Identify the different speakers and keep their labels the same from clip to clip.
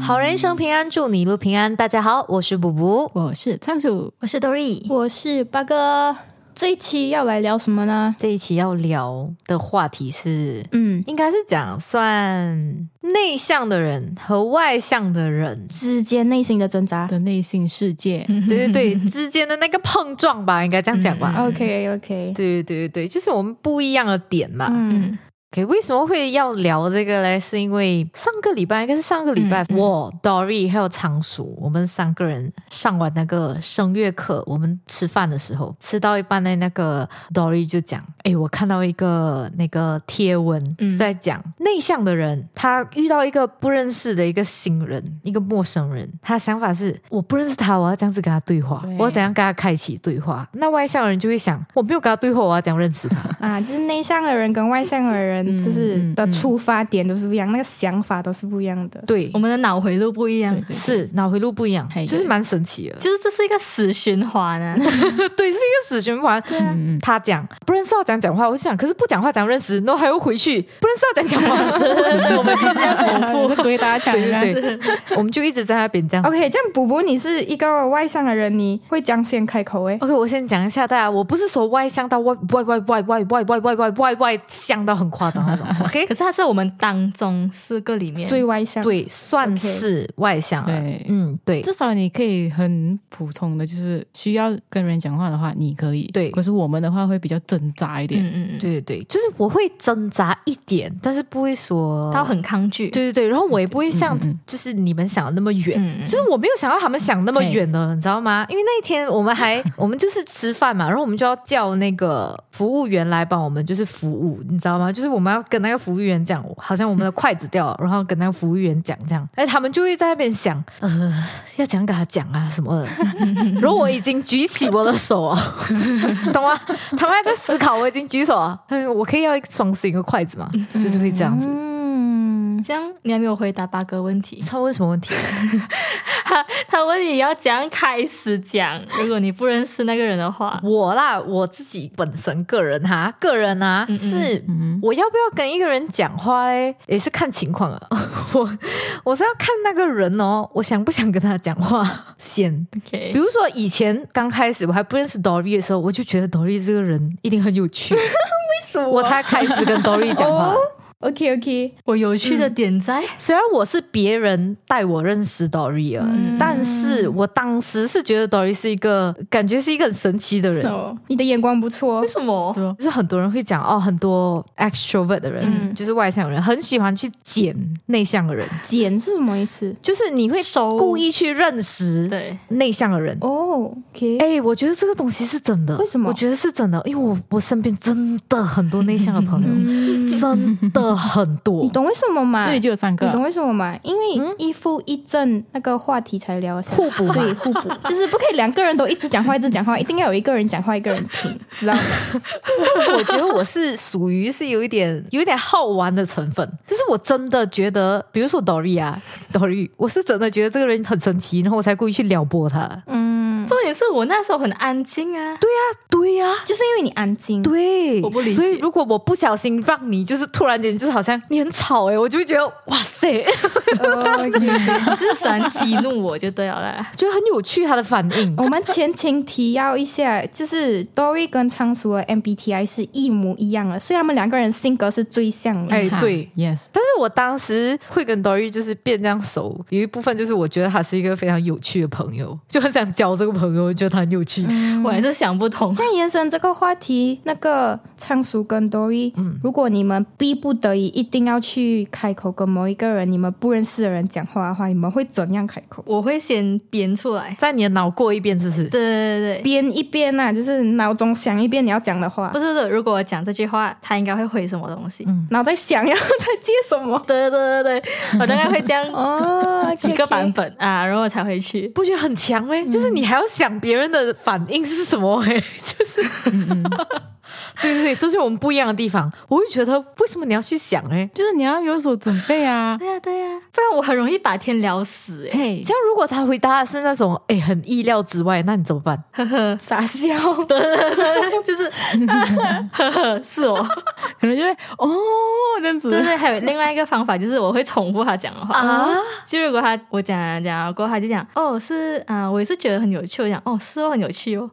Speaker 1: 好人一生平安，祝你一路平安。大家好，我是卜卜，
Speaker 2: 我是仓鼠，
Speaker 1: 我是 Dory。
Speaker 3: 我是八哥。这一期要来聊什么呢？
Speaker 1: 这一期要聊的话题是，
Speaker 3: 嗯，
Speaker 1: 应该是讲算内向的人和外向的人，
Speaker 3: 之间内心的挣扎。
Speaker 2: 的内心世界，
Speaker 1: 对对对，之间的那个碰撞吧，应该这样讲吧。
Speaker 2: 嗯
Speaker 3: OK OK，
Speaker 1: 对对对对，就是我们不一样的点嘛。
Speaker 3: 嗯
Speaker 1: OK，为什么会要聊这个嘞？是因为上个礼拜，应该是上个礼拜，
Speaker 2: 嗯嗯
Speaker 1: 我、Dory 还有仓鼠，我们三个人上完那个声乐课，我们吃饭的时候，吃到一半的那个 Dory 就讲：“哎，我看到一个那个贴文，
Speaker 2: 嗯
Speaker 1: 是在讲内向的人，他遇到一个不认识的一个新人，一个陌生人，他的想法是：我不认识他，我要这样子跟他对话，
Speaker 2: 对
Speaker 1: 我要怎样跟他开启对话？那外向的人就会想：我没有跟他对话，我要怎样认识 他？”
Speaker 3: 啊，就是内向的人跟外向的人，就是
Speaker 2: 嗯
Speaker 3: 的
Speaker 2: 嗯
Speaker 3: 出发点都是不一样，那个想法都是不一样的。
Speaker 1: 对
Speaker 4: 我，们的脑回路不一样
Speaker 2: 对，对
Speaker 1: 是脑回路不一样
Speaker 2: 嘿，
Speaker 1: 就是蛮神奇的。
Speaker 4: 就是这是一个死循环啊。
Speaker 1: 对，是一个死循环。
Speaker 2: 嗯嗯
Speaker 1: 他讲不认识要讲讲话，我就想，可是不讲话讲认识，然后还要回去不认识要讲讲话，我们就这样重复。
Speaker 3: 我鬼打墙
Speaker 1: 对对对，我们就一直在那边这样。
Speaker 3: OK，这样补补，你是一个外向的人，你会讲先开口诶。
Speaker 1: OK，我先讲一下大家，我不是说外向到外外外外外外外外外外外向到很夸张那种，OK？
Speaker 4: 可是它是我们当中四个里面，
Speaker 3: 最外向。
Speaker 1: 对，算是外向了。
Speaker 2: 对
Speaker 1: 嗯，对，
Speaker 2: 至少你可以很普通的，就是需要跟人讲话的话，你可以。
Speaker 1: 对
Speaker 2: 可是我们的话会比较挣扎一点。
Speaker 4: 嗯嗯嗯，
Speaker 1: 对对对，就是我会挣扎一点，但是不会说
Speaker 4: 它很抗拒，
Speaker 1: 对对对，然后我也不会像
Speaker 2: 嗯嗯嗯
Speaker 1: 就是你们想的那么远，
Speaker 4: 嗯嗯
Speaker 1: 就是我没有想到他们想那么远的，你知道吗？因为那一天我们还 我们就是吃饭嘛，然后我们就要叫那个服务员来帮我们就是服务，你知道吗？就是我们要跟那个服务员讲，好像我们的筷子掉了，然后跟那个服务员讲这样，哎，他们就会在那边想， 呃，要怎样跟他讲啊什 么的。然后我已经举起我的手哦，懂吗？他们还在思考，我已经举手了，嗯，我可以要一个双十一个筷 子嘛，就是会这样子。
Speaker 3: 嗯，
Speaker 4: 这样你还没有回答八哥问题，
Speaker 1: 他问什么问题？，
Speaker 4: 他他问你要怎样开始讲，如果你不认识那个人的话
Speaker 1: 我啦，我自己本身个人哈，个人啊，
Speaker 4: 嗯嗯
Speaker 1: 是
Speaker 2: 嗯
Speaker 1: 我要不要跟一个人讲话嘞，也是看情况啊。 我我是要看那个人哦，我想不想跟他讲话先。
Speaker 4: OK，
Speaker 1: 比如说以前刚开始我还不认识 Dory 的时候，我就觉得 Dory 这个人一定很有趣，
Speaker 3: 什么
Speaker 1: 我才开始跟 Dory 讲话
Speaker 3: 哦。OK OK，
Speaker 4: 我有趣的点在，
Speaker 1: 虽然我是别人带我认识 Dory 啊，
Speaker 4: 嗯
Speaker 1: 但是我当时是觉得 Dory 是一个感觉是一个很神奇的人。
Speaker 3: 哦，你的眼光不错
Speaker 4: 为。什么
Speaker 2: 是？咯，
Speaker 1: 嗯就是很多人会讲哦，很多 extrovert 的人，
Speaker 3: 嗯
Speaker 1: 就是外向人，很喜欢去捡内向的人，
Speaker 3: 减是什么意思？
Speaker 1: 就是你会
Speaker 4: 收
Speaker 1: 故意去认识
Speaker 4: 对，
Speaker 1: 内向的人。
Speaker 3: 哦，OK，
Speaker 1: 哎、我觉得这个东西是真的。
Speaker 3: 为什么
Speaker 1: 我觉得是真的，因为我我身边真的很多内向的朋友，
Speaker 3: 嗯，
Speaker 1: 真的很多
Speaker 3: 你。懂为什么吗？
Speaker 2: 这里就有三个
Speaker 3: 啊你
Speaker 1: 啊
Speaker 3: 懂为什么吗？因为一负一正那个话题才聊得下
Speaker 1: 嗯
Speaker 3: 来，
Speaker 1: 互补嘛
Speaker 3: 对 互补，就是不可以两个人都一直讲话，一直讲话，一定要有一个人讲话，一个人 听，知道吗？
Speaker 1: 我觉得我是属于是有一点 有一点好玩的成分，就是我真的觉得，比如说 Dory 啊，Dory，我是真的觉得这个人很神奇，然后我才故意去撩拨他。
Speaker 3: 嗯，
Speaker 4: 重点是我那时候很安静 啊，
Speaker 1: 对呀、
Speaker 3: 就是因为你安静，
Speaker 1: 对，啊
Speaker 4: 我不理解
Speaker 1: 所以如嗯果我不小心让你就是突然间就是好像你很吵哎、我就会觉得哇塞，
Speaker 3: 哦，OK
Speaker 4: 你就是喜欢激怒我就对了啦
Speaker 1: 。觉得很有趣他的反应。
Speaker 3: 我们前情提要一下，就是 Dory 跟仓鼠的 MBTI 是一模一样的，所以他们两个人性格是最像的。
Speaker 1: 哎
Speaker 2: 哈
Speaker 1: 对
Speaker 2: ，yes，
Speaker 1: 但是我当时会跟 Dory 就是变这样熟，有一部分就是我觉得他是一个非常有趣的朋友，就很想交这个朋友，觉得他很有趣。
Speaker 4: 我还是想不通，
Speaker 3: 像延伸这个话题，那个仓鼠跟 Dory，、如
Speaker 1: 嗯
Speaker 3: 果你们逼不得已一定要去开口跟某一个人你们不认识的人讲话的话，你们会怎样开口？
Speaker 4: 我会先编出来。
Speaker 1: 在你的脑过一遍是不是？
Speaker 4: 对对对对，
Speaker 3: 编一边呐、啊，就是脑中想一遍你要讲的话
Speaker 4: 不，是，不是如果我讲这句话，他应该会回什么东西？
Speaker 1: 嗯
Speaker 3: 然后再想要再接什么。
Speaker 4: 对对对对，我大概会这样
Speaker 3: 哦，
Speaker 4: 几个版本啊，然后我才回去。
Speaker 1: 不觉得很欸 强哎、就是你还要想别人的反应是什么哎、就是。对对对，这就是我们不一样的地方。我会觉得为什么你要去想、欸？哎，
Speaker 2: 就是你要有所准备啊。
Speaker 4: 对呀、对呀、不然我很容易把天聊死哎、
Speaker 2: 嘿，
Speaker 1: 这样如果他回答的是那种哎、很意料之外，那你怎么办？
Speaker 3: 傻笑，
Speaker 4: 就是 是哦，
Speaker 2: 可能就会哦这样子。
Speaker 4: 对对，还有另外一个方法就是我会重复他讲的话
Speaker 1: 啊，
Speaker 4: 就如果他我讲啊讲啊过后，他就讲哦是啊、我也是觉得很有趣，我讲哦是哦很有趣哦，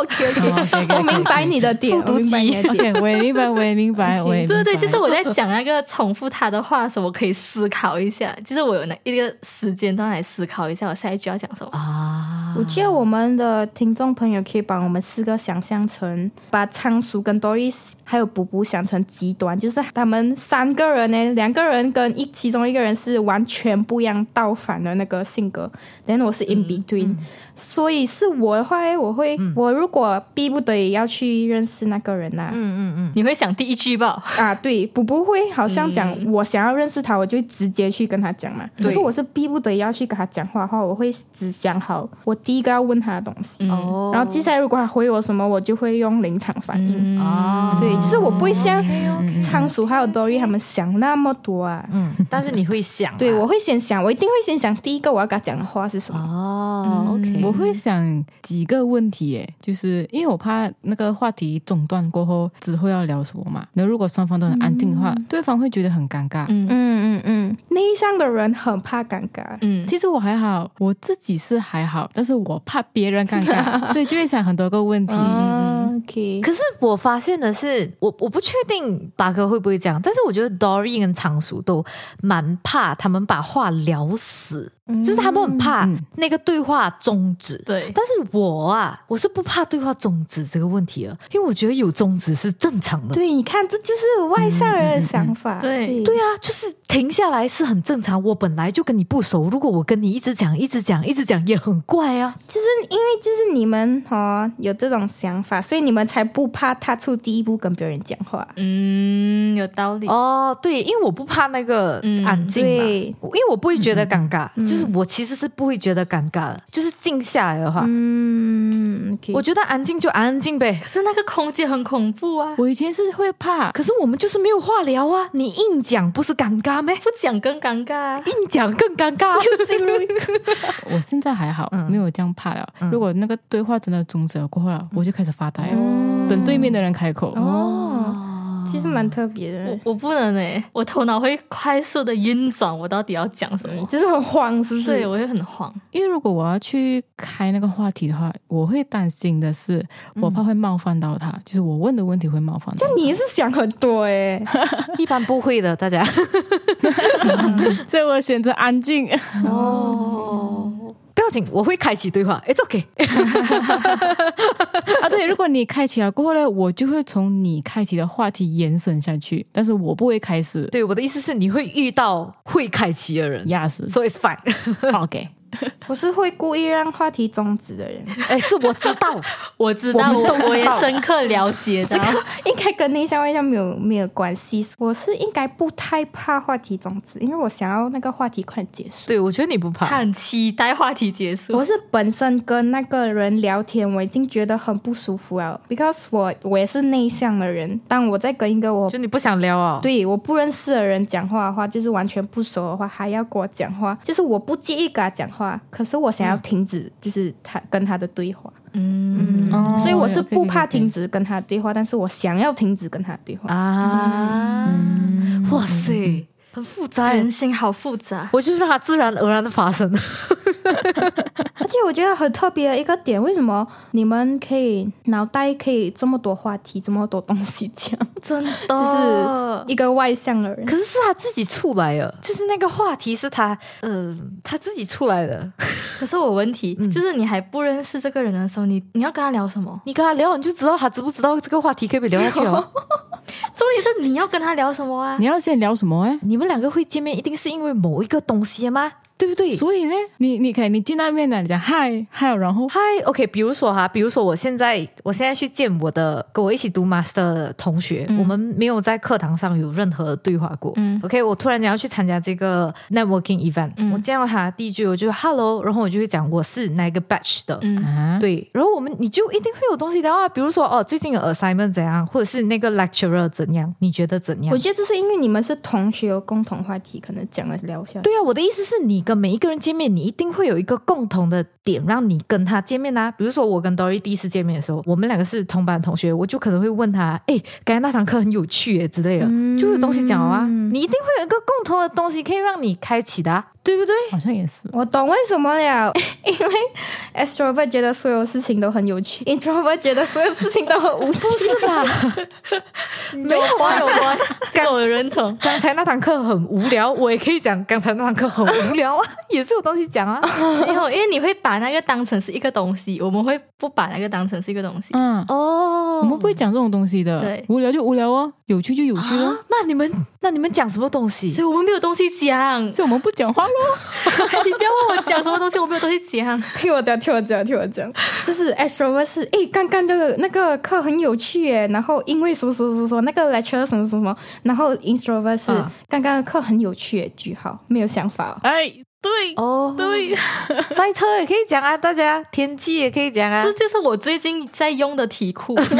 Speaker 3: OK OK，
Speaker 2: 哦 OK，OK，OK，OK
Speaker 3: 我明白你的点，我明白你的点。
Speaker 2: OK，我也明白，我也明白，我也明白
Speaker 4: 对对对，就是我在讲那个重复他的话的时候，我可以思考一下，就是我有那一个时间段来思考一下我下一句要讲什么。
Speaker 1: 啊，
Speaker 3: 我觉得我们的听众朋友可以把我们四个想象成，把仓鼠跟 Doris 还有补补想成极端，就是他们三个人呢，两个人跟一其中一个人是完全不一样、倒反的那个性格，然后我是 in between，、所以是我的话，我会、我如果逼不得已要去认识那个人呐、啊，
Speaker 4: 你会想第一句吧？
Speaker 3: 对，补补会好像讲我想要认识他，我就直接去跟他讲嘛，可是我是逼不得已要去跟他讲话的话，我会只想好我第一个要问他的东西。
Speaker 1: 哦
Speaker 3: 然后接下来如果他回我什么，我就会用临场反应。
Speaker 4: 嗯
Speaker 1: 啊，
Speaker 3: 对，就是我不会像仓鼠还有 Dory 他们想那么多啊。
Speaker 1: 哦嗯， 但是你会想啊、
Speaker 3: 对，我会先想，我一定会先想第一个我要跟他讲的话是什么。嗯
Speaker 1: 哦，OK，
Speaker 2: 我会想几个问题耶，就是因为我怕那个话题中断过后之后要聊什么嘛。然后如果双方都很安静的话，对方会觉得很尴尬。
Speaker 4: 嗯
Speaker 3: 嗯嗯嗯，内向的人很怕尴尬。
Speaker 4: 嗯，
Speaker 2: 其实我还好，我自己是还好，但是我怕别人尴尬，所以就会想很多个问题。
Speaker 3: 啊
Speaker 1: 嗯
Speaker 3: OK，
Speaker 1: 可是我发现的是，我我不确定巴哥会不会这样，但是我觉得 Dory 跟常熟都蛮怕他们把话聊死，
Speaker 3: 嗯
Speaker 1: 就是他们很怕
Speaker 2: 嗯
Speaker 1: 那个对话终止。
Speaker 4: 对
Speaker 1: 但是我啊，我是不怕对话终止这个问题了，因为我觉得有终止是正常的。
Speaker 3: 对，你看，这就是外向人的想法。
Speaker 4: 对
Speaker 1: 对啊，就是停下来是很正常。我本来就跟你不熟，如果我跟你一直讲、一直讲、一直讲，也很怪啊。
Speaker 3: 就是因为就是你们哦有这种想法，所以你们才不怕踏出第一步跟别人讲话。
Speaker 4: 嗯，有道理。
Speaker 1: 哦，对，因为我不怕那个
Speaker 4: 嗯
Speaker 1: 安静嘛，
Speaker 3: 对
Speaker 1: 因为我不会觉得尴尬，就是我其实是不会觉得尴尬的，就是静下来的话，
Speaker 3: 嗯，OK，
Speaker 1: 我觉得安静就安静呗。
Speaker 4: 可是那个空间很恐怖啊，
Speaker 2: 我以前是会怕，
Speaker 1: 可是我们就是没有话聊啊，你硬讲不是尴尬咩？
Speaker 4: 不讲更尴尬啊。
Speaker 1: 硬讲更尴尬，就进入一个
Speaker 2: 我现在还好，没有这样怕了。如果那个对话真的终止了过后了，我就开始发呆，等对面的人开口。
Speaker 3: 哦，其实蛮特别的
Speaker 4: 我，我不能诶、我头脑会快速的运转，我到底要讲什么？
Speaker 3: 就是很慌，是不
Speaker 4: 嗯对，
Speaker 3: 是？
Speaker 4: 我会很慌。
Speaker 2: 因为如果我要去开那个话题的话，我会担心的是，
Speaker 1: 嗯
Speaker 2: 我怕会冒犯到他，就是我问的问题会冒犯到
Speaker 3: 那你也是想很多哎、
Speaker 1: 一般 不会的，大家。
Speaker 2: 他， 所以我选择安 静。
Speaker 1: 哦，不要紧，我会开启对话。It's OK。
Speaker 2: 啊，对，如果你开启了过后呢，我就会从你开启的话题延伸下去，但是我不会开始
Speaker 1: 对，我的意思是你会遇到会开启的人
Speaker 2: 压死。
Speaker 1: ，so it's fine。
Speaker 2: OK，
Speaker 3: 我是会故意让话题终止的人，
Speaker 1: 哎，是我知道，
Speaker 4: 我知道，
Speaker 1: 我们
Speaker 4: 我
Speaker 1: 都知道
Speaker 4: 我也深刻了解到。
Speaker 3: 应该跟内向外向没有没有关系。我是应该不太怕话题终止，因为我想要那个话题快结束。
Speaker 1: 对我觉得你不
Speaker 4: 他
Speaker 1: 怕。
Speaker 4: 很期待话题结束
Speaker 3: 我，是本身跟那个人聊天，我已经觉得很不舒服了，because 我我也是内向的人，当我在跟一个我
Speaker 1: 就你不想聊啊、
Speaker 3: 对我不认识的人讲话的话，就是完全不熟的话，还要跟我讲话，就是我不介意跟他讲话，可是我想要停止，就是他跟他的对话，
Speaker 4: 嗯，
Speaker 2: 哦
Speaker 3: 所以我是不怕停
Speaker 2: 止。
Speaker 3: 止跟他的对话，但是我想要停止跟他的对话。
Speaker 1: 啊！哇塞，很复杂耶。
Speaker 4: 人性好复杂。
Speaker 1: 我就是让它自然而然的发生。
Speaker 3: 而且我觉得很特别的一个点，为什么你们可以脑袋可以这么多话题，这么多东西讲，
Speaker 4: 真的，哦
Speaker 3: 就是一个外向的人
Speaker 1: 可。是是他自己出来的，就是那个话题是他，呃，他自己出来的。
Speaker 4: 可是我有问题、就是你还不认识这个人的时候，你你要跟他聊什么？
Speaker 1: 你跟他聊，你就知道他知不知道这个话题可以不可以聊下去 哦。
Speaker 4: 重点是你要跟他聊什么啊？
Speaker 2: 你要先聊什么哎？
Speaker 1: 你们两个会见面，一定是因为某一个东西吗？对不对？
Speaker 2: 所以呢，你你可以你进那边呢，你讲嗨嗨，然后
Speaker 1: 嗨，OK，比如说哈，比如说我现在我现在去见我的跟我一起读 master 的同学，我们没有在课堂上有任何对话过。
Speaker 4: 嗯
Speaker 1: OK，我突然间要去参加这个 networking event，、我见到他第一句我就 hello，然后我就会讲我是哪一个 batch 的。
Speaker 4: 嗯
Speaker 2: 啊，
Speaker 1: 对，然后我们你就一定会有东西聊啊，比如说哦，最近有 assignment 怎样，或者是那个 lecturer 怎样，你觉得怎样
Speaker 3: 我？觉得这是因为你们是同学，有共同话题，可能讲了聊一下。
Speaker 1: 对啊，我的意思是你跟每一个人见面，你一定会有一个共同的点，让你跟他见面啊。比如说我跟 Dory 第一次见面的时候，我们两个是同班同学，我就可能会问他，哎，刚才那堂课很有趣耶之类的，就有东西讲啊。你一定会有一个共同的东西可以让你开启的、啊，对 不对？
Speaker 2: 好像也是。
Speaker 3: 我懂为什么了， 因为 extrovert 觉得所有事情都很有趣，introvert 觉得所有事情都很无趣。
Speaker 1: 是吧？
Speaker 4: 有啊关有 关，这个我认同。
Speaker 1: 刚才那堂课很无聊，我也可以讲刚才那堂课很无聊啊， 也是有东西讲啊。
Speaker 4: 因为因为你会把那个当成是一个东西，我们会不把那个当成是一个东西。
Speaker 2: 嗯，
Speaker 1: 哦
Speaker 2: 我们不会讲这种东西的
Speaker 4: 对。
Speaker 2: 无聊就无聊哦，有趣就有趣
Speaker 1: 啊
Speaker 2: 咯。，
Speaker 1: 那你们那你们讲什么东西？
Speaker 4: 所以我们没有东西讲，
Speaker 2: 所以我们不讲话咯。
Speaker 4: 你不要问我讲什么东西，我没有东西 讲。
Speaker 1: 啊
Speaker 3: 听我讲，听我讲，听我讲，就是 extrovert 是诶，刚刚那个那个课很有趣耶，然后因为什么什么什么什么，那个 lecture 什么什么什么，然后 introvert 是、
Speaker 1: 嗯
Speaker 3: 刚刚的课很有趣耶，句号没有想法哦、
Speaker 2: 哎，对
Speaker 1: 哦，
Speaker 2: 对，
Speaker 1: 塞车也可以讲啊，大家天气也可以讲啊
Speaker 4: 这。就是我最近在用的题库，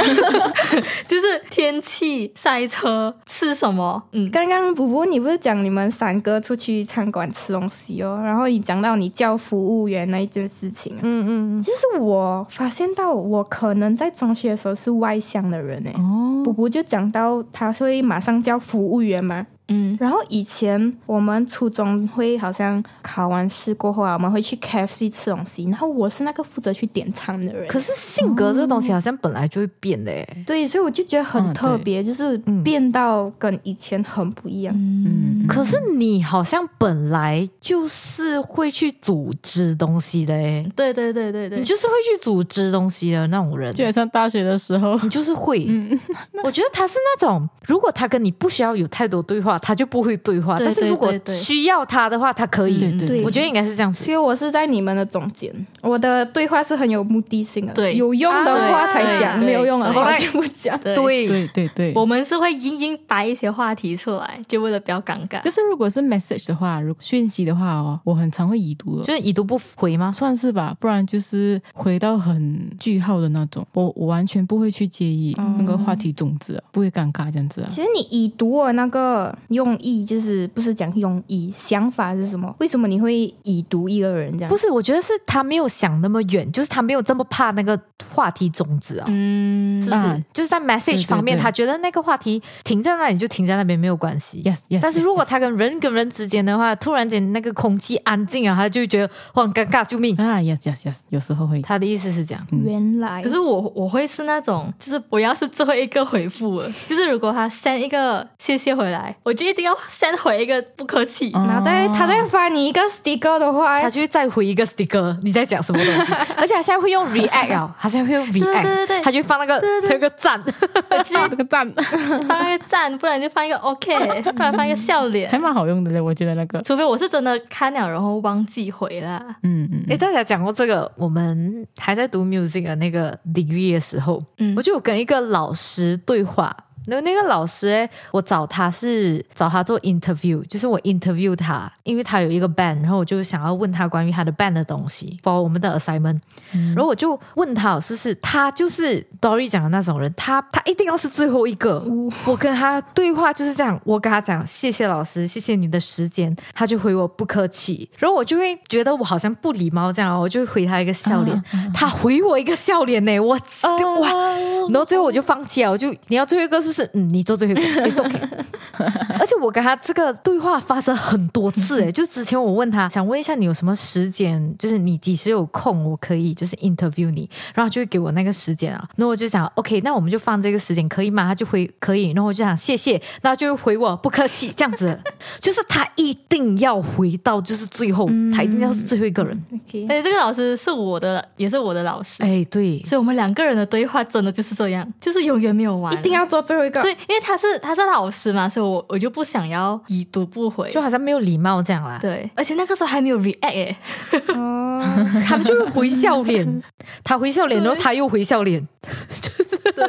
Speaker 4: 就是天气、塞车、吃什么。嗯，
Speaker 3: 刚刚补补，你不是讲你们三哥出去餐馆吃东西哦，然后你讲到你叫服务员那一件事情啊。
Speaker 1: 嗯嗯嗯，
Speaker 3: 其实我发现到，我可能在中学的时候是外向的人诶。
Speaker 2: 哦，
Speaker 3: 补补就讲到他会马上叫服务员嘛，
Speaker 4: 嗯，
Speaker 3: 然后以前我们初中会好像考完试过后啊，我们会去 KFC 吃东西，然后我是那个负责去点餐的人。
Speaker 1: 可是性格这东
Speaker 4: 哦
Speaker 1: 西好像本来就会变的欸诶。
Speaker 3: 对，所以我就觉得很
Speaker 2: 嗯
Speaker 3: 特别，就是变到跟以前很不一样。
Speaker 2: 嗯，
Speaker 1: 可是你好像本来就是会去组织东西的诶，
Speaker 4: 对对对对
Speaker 1: 你
Speaker 4: 对，
Speaker 1: 就是会去组织东西的那种人。欸
Speaker 2: 就好像大学的时候，
Speaker 1: 你就是会，
Speaker 2: 嗯
Speaker 1: 我觉得他是那种，如果他跟你不需要有太多对话，他就不会对话；
Speaker 4: 对
Speaker 1: 但是
Speaker 4: 对
Speaker 1: 如果
Speaker 4: 对对
Speaker 1: 需要他的话，他可以。
Speaker 2: 嗯对对
Speaker 3: 对
Speaker 1: 我觉得应该是这样子。
Speaker 3: 所以我是在你们的中间，我的对话是很有目的性的，
Speaker 4: 对
Speaker 3: 有用的话才讲，
Speaker 4: 啊对
Speaker 3: 没有用的话
Speaker 1: 对
Speaker 3: 就不讲。
Speaker 4: 对
Speaker 1: 对
Speaker 2: 对对对。
Speaker 4: 我们是会硬硬掰一些话题出来，就为了不要尴尬
Speaker 2: 可。是如果是 message 的话，如讯息的话哦，我很常会已读的。
Speaker 1: 就是已读不回吗？
Speaker 2: 算是吧，不然就是回到很句号的那种，我我完全不会去介意那个话题种子、啊，不会尴尬这样子啊。
Speaker 3: 其实你已读的那个用意，就是不是讲用意，想法是什么？为什么你会已读一个人这样
Speaker 1: 不？是，我觉得是他没有想那么远，就是他没有这么怕那个话题种子啊。
Speaker 4: 嗯
Speaker 1: 是不是？
Speaker 2: 啊
Speaker 1: 就是在 message
Speaker 2: 对对
Speaker 1: 方面，
Speaker 2: 对
Speaker 1: 他觉得那个话题停在那里就停在那边没有关系。
Speaker 2: Yes, yes,
Speaker 1: 但是如果他跟人跟人之间的话，突然间那个空气安静啊，他就会觉得哇很尴尬，救命！
Speaker 2: 啊，yes yes yes，有时候会。
Speaker 1: 他的意思是这样，
Speaker 3: 原来
Speaker 4: 可是我我会是那种，就是我要是最后一个回复了，就是如果他 send 一个谢谢回来，我就一定要 send 回一个不客气。
Speaker 3: 然后再他再发你一个 sticker 的话，
Speaker 1: 他就会再回一个 sticker，你在讲什么东西？而且他现在会用 react 啊，他现在会用 react，
Speaker 4: 对对对
Speaker 1: 他就会放那个
Speaker 4: 对对
Speaker 1: 那个赞，
Speaker 2: 啊这个 赞
Speaker 4: 放一个赞，不然就放一个 OK，不 然放一个笑脸
Speaker 2: 还。蛮好用的嘞，我觉得那个，
Speaker 4: 除非我是真的看了，然后忘记回啦。
Speaker 2: 嗯嗯，
Speaker 1: 诶，大家讲过这个，我们还在读 music 的那个 degree 的时候，
Speaker 4: 嗯
Speaker 1: 我就有跟一个老师对话。那那个老师诶，我找他是找他做 interview，就是我 interview 他，因为他有一个 band，然后我就想要问他关于他的 band 的东西，for 我们的 assignment。然后我就问他，是不是他就是 Dory 讲的那种人，他他一定要是最后一个。我跟他对话就是这样，我跟他讲谢谢老师，谢谢你的时间，他就回我不客气。然后我就会觉得我好像不礼貌这样，我就会回他一个笑脸，他回我一个笑脸呢、我就、哇！然后最后我就放弃了，啊我就你要最后一个是不是？嗯，你做最后一个，it's OK。而且我跟他这个对话发生很多次、诶，就之前我问他，想问一下你有什么时间，就是你几时有空，我可以就是 interview 你，然后他就会给我那个时间啊，那我就想 OK，那我们就放这个时间可以吗？他就回可以，然后我就想谢谢，那他就回我不客气这样子，就是他一定要回到就是最后，他一定要是最后一个人，
Speaker 3: OK
Speaker 4: 而且这个老师是我的，也是我的老师，
Speaker 1: 哎，对，
Speaker 4: 所以我们两个人的对话真的就是这样，就是永远没有完。
Speaker 3: 一定要做最后后一个
Speaker 4: 对，因为他是他是老师嘛，所以我我就不想要已读不回。
Speaker 1: 就好像没有礼貌这样啦。
Speaker 4: 对，而且那个时候还没有 react 哎、
Speaker 3: 哦，
Speaker 1: 他们就是回笑脸，他回笑脸，然后他又回笑脸。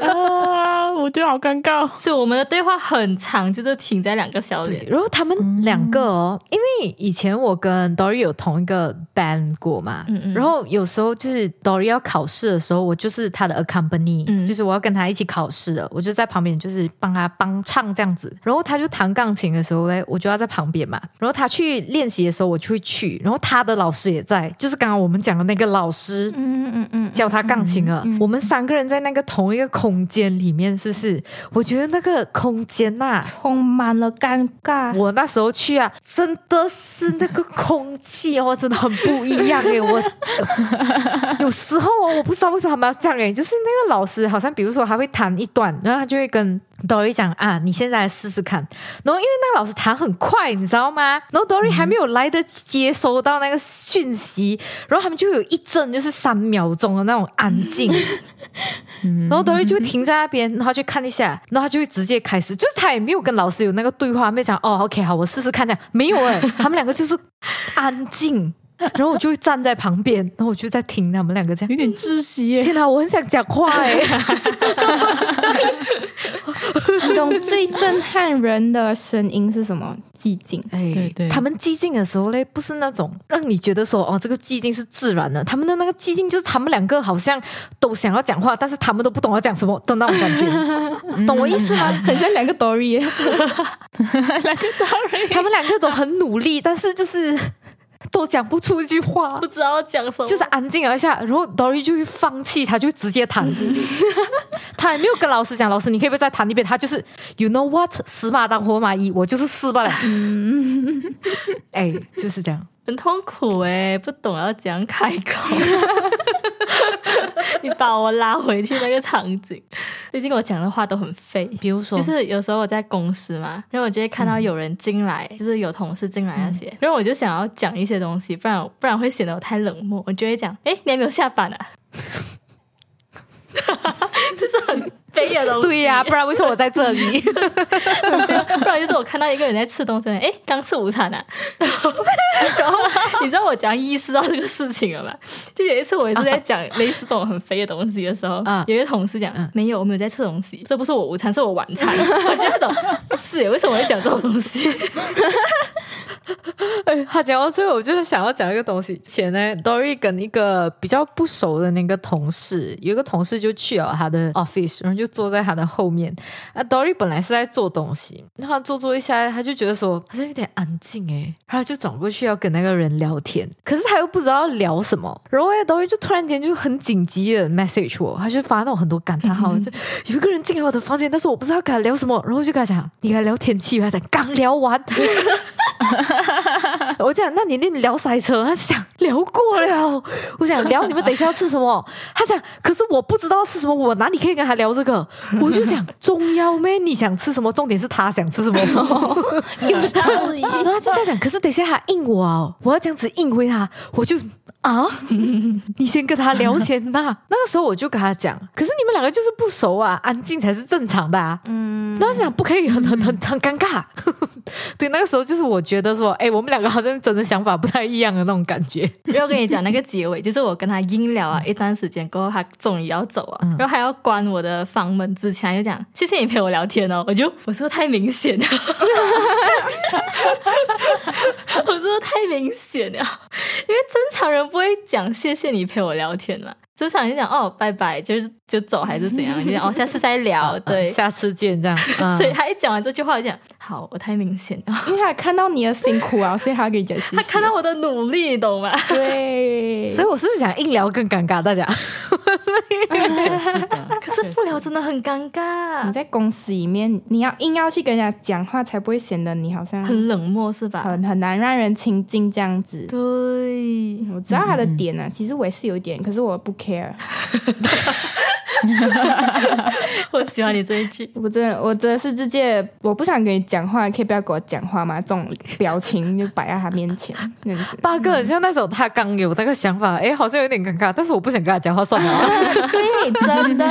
Speaker 2: 啊，我觉得好尴尬。哦
Speaker 4: 所以我们的对话很长，就是停在两个小
Speaker 1: 对
Speaker 4: 脸，。
Speaker 1: 然后他们两
Speaker 3: 嗯
Speaker 1: 个哦，因为以前我跟 Dory 有同一个 band 过嘛，
Speaker 4: 嗯嗯
Speaker 1: 然后有时候就是 Dory 要考试的时候，我就是他的 accompany，、
Speaker 4: 嗯
Speaker 1: 就是我要跟他一起考试的，我就在旁边就是帮他帮唱这样子。然后他就弹钢琴的时候嘞，我就要在旁边嘛。然后他去练习的时候，我就会去。然后他的老师也在，就是刚刚我们讲的那个老师，
Speaker 3: 嗯嗯嗯嗯，
Speaker 1: 教他钢琴了。
Speaker 3: 嗯嗯
Speaker 1: 我们三个人在那个同一个空间里面，是不是？我觉得那个空间呐、
Speaker 3: 充满了尴尬。
Speaker 1: 我那时候去啊，真的是那个空气哦，真的很不一样诶。我有时候哦，我不知道为什么他们要这样诶，就是那个老师好像，比如说他会弹一段，然后他就会跟 Dory 讲啊，你现在来试试看。然后因为那个老师弹很快，你知道吗？然后 Dory 还没有来得及接收到那个讯息，然后他们就有一阵就是三秒钟的那种安静。
Speaker 2: 嗯
Speaker 1: 然后 Dory 就停在那边，然后他去看一下，然后他就会直接开始，就是他也没有跟老师有那个对话，没有讲哦，OK，好，我试试看这样，没有 哎、他们两个就是安静，然后我就站在旁边，然后我就在听他们两个这样
Speaker 2: 有。点窒息耶，
Speaker 1: 天哪，我很想讲话哎、
Speaker 3: 你懂最震撼人的声音是什么？寂静。
Speaker 1: 哎
Speaker 2: 对对
Speaker 1: 他们寂静的时候嘞，不是那种让你觉得说哦，这个寂静是自然的，他们的那个寂静就是他们两个好像都想要讲话，但是他们都不懂要讲什么的那种感 觉，
Speaker 2: 嗯
Speaker 1: 懂我意思吗？
Speaker 3: 很像两个 Dory，耶
Speaker 1: 他们两个都很努力，但是就是 都讲不出一句话。
Speaker 4: 不知道讲什么，
Speaker 1: 就是安静而下，然后 Dory 就会放弃，他就直接弹，他也没有跟老师讲，老师你可以不可以再弹一遍？他就是 You know what，死马当活马医，我就是试罢了。 哎、就是这样。
Speaker 4: 很痛苦哎、不懂要怎样开口。 你把我拉回去那个场景，最近我讲的话都很废。
Speaker 1: 比如说
Speaker 4: 就是有时候我在公司嘛，然后我就会看到有人进来，就是有同事进来那些，然后我就想要讲一些东西，不然我不然会显得我太冷漠。我就会讲，哎，你还没有下班啊？ 就是很悲的东西。
Speaker 1: 对呀、不然为什么我在这里？
Speaker 4: 不然就是我看到一个人在吃东西，哎，刚吃午餐啊。 然后你知道我怎样意识到这个事情了吗？就有一次我也是在讲类似这种很肥的东西的时候，
Speaker 2: 嗯
Speaker 4: 有一个同事讲、
Speaker 2: 嗯
Speaker 4: 没有，我没有在吃东西，这不是我午餐，是我晚餐。 我觉得那种是耶为什么会讲这种东西？
Speaker 1: 哎他讲到最后，我就是想要讲一个东西。前呢，Dory 跟一个比较不熟的那个同事，有一个同事就去了他的 office，然后就坐在他的后面。啊，Dory 本来是在做东西，然后他做做一下，他就觉得说好像有点安静哎，然后他就转过去要跟那个人聊天，可是他又不知道聊什么。然后哎，Dory 就突然间就很紧急的 message 我，他就发那种很多感叹号，就有一个人进来我的房间，但是我不知道跟他聊什么，然后我就跟他讲，你跟他聊天气吧，他讲刚聊完。我讲，那你那你聊塞车，他想聊过了。我想聊你们等一下要吃什么，他讲，可是我不知道吃什么，我哪里可以跟他聊这个？我就想中药咩？你想吃什么？重点是他想吃什么。
Speaker 3: 有道 理。
Speaker 1: 然后他就在讲，可是等一下他应我哦，我要这样子应回他，我就啊， 你先跟他聊先呐、那个时候我就跟他讲，可是你们两个就是不熟啊，安静才是正常的啊。
Speaker 3: 嗯，
Speaker 1: 那我想不可以很很很很尴尬， 对，那个时候就是我觉得说，哎、我们两个好像真的想法不太一样的那种感觉。
Speaker 4: 然后我跟你讲那个结尾，就是我跟他硬聊啊一段时间过后，他终于要走啊，
Speaker 1: 嗯
Speaker 4: 然后还要关我的房门之前，他就讲谢谢你陪我聊天哦，我就我说太明 显了，我说太明显了，因为正常人不会讲谢谢你陪我聊天嘛。正常人就讲哦，拜拜，就是就走还是 怎样，就讲哦，下次再聊，对。
Speaker 1: 下次见 这样。嗯
Speaker 4: 所以他一讲完这句话，我就讲好，我太明显了。
Speaker 3: 因为他看到你的辛苦啊，所以他给你讲谢谢。
Speaker 4: 他看到我的努力，你懂吗？
Speaker 3: 对，
Speaker 1: 嗯所以我是不是想硬聊更尴尬？大家
Speaker 2: 是的，
Speaker 4: 可是不聊真的很尴尬
Speaker 3: 你，在公司里面，你要硬要去跟人家讲话，才不会显得你好像
Speaker 4: 嗯很冷漠是吧？
Speaker 3: 很很难让人亲近这样子。
Speaker 4: 对，
Speaker 3: 我知道他的点啊，其实我也是有一点，可是我不 care。
Speaker 4: 我喜欢你这一 句。
Speaker 3: 我真的，我真的是直接，我不想跟你讲话，可以不要跟我讲话吗？这种表情就摆在他面前，这样子。
Speaker 1: 八哥很像那种他刚有那个想法，哎、好像有点 尴尬，但是我不想跟他讲话，算了。
Speaker 3: 对，真的。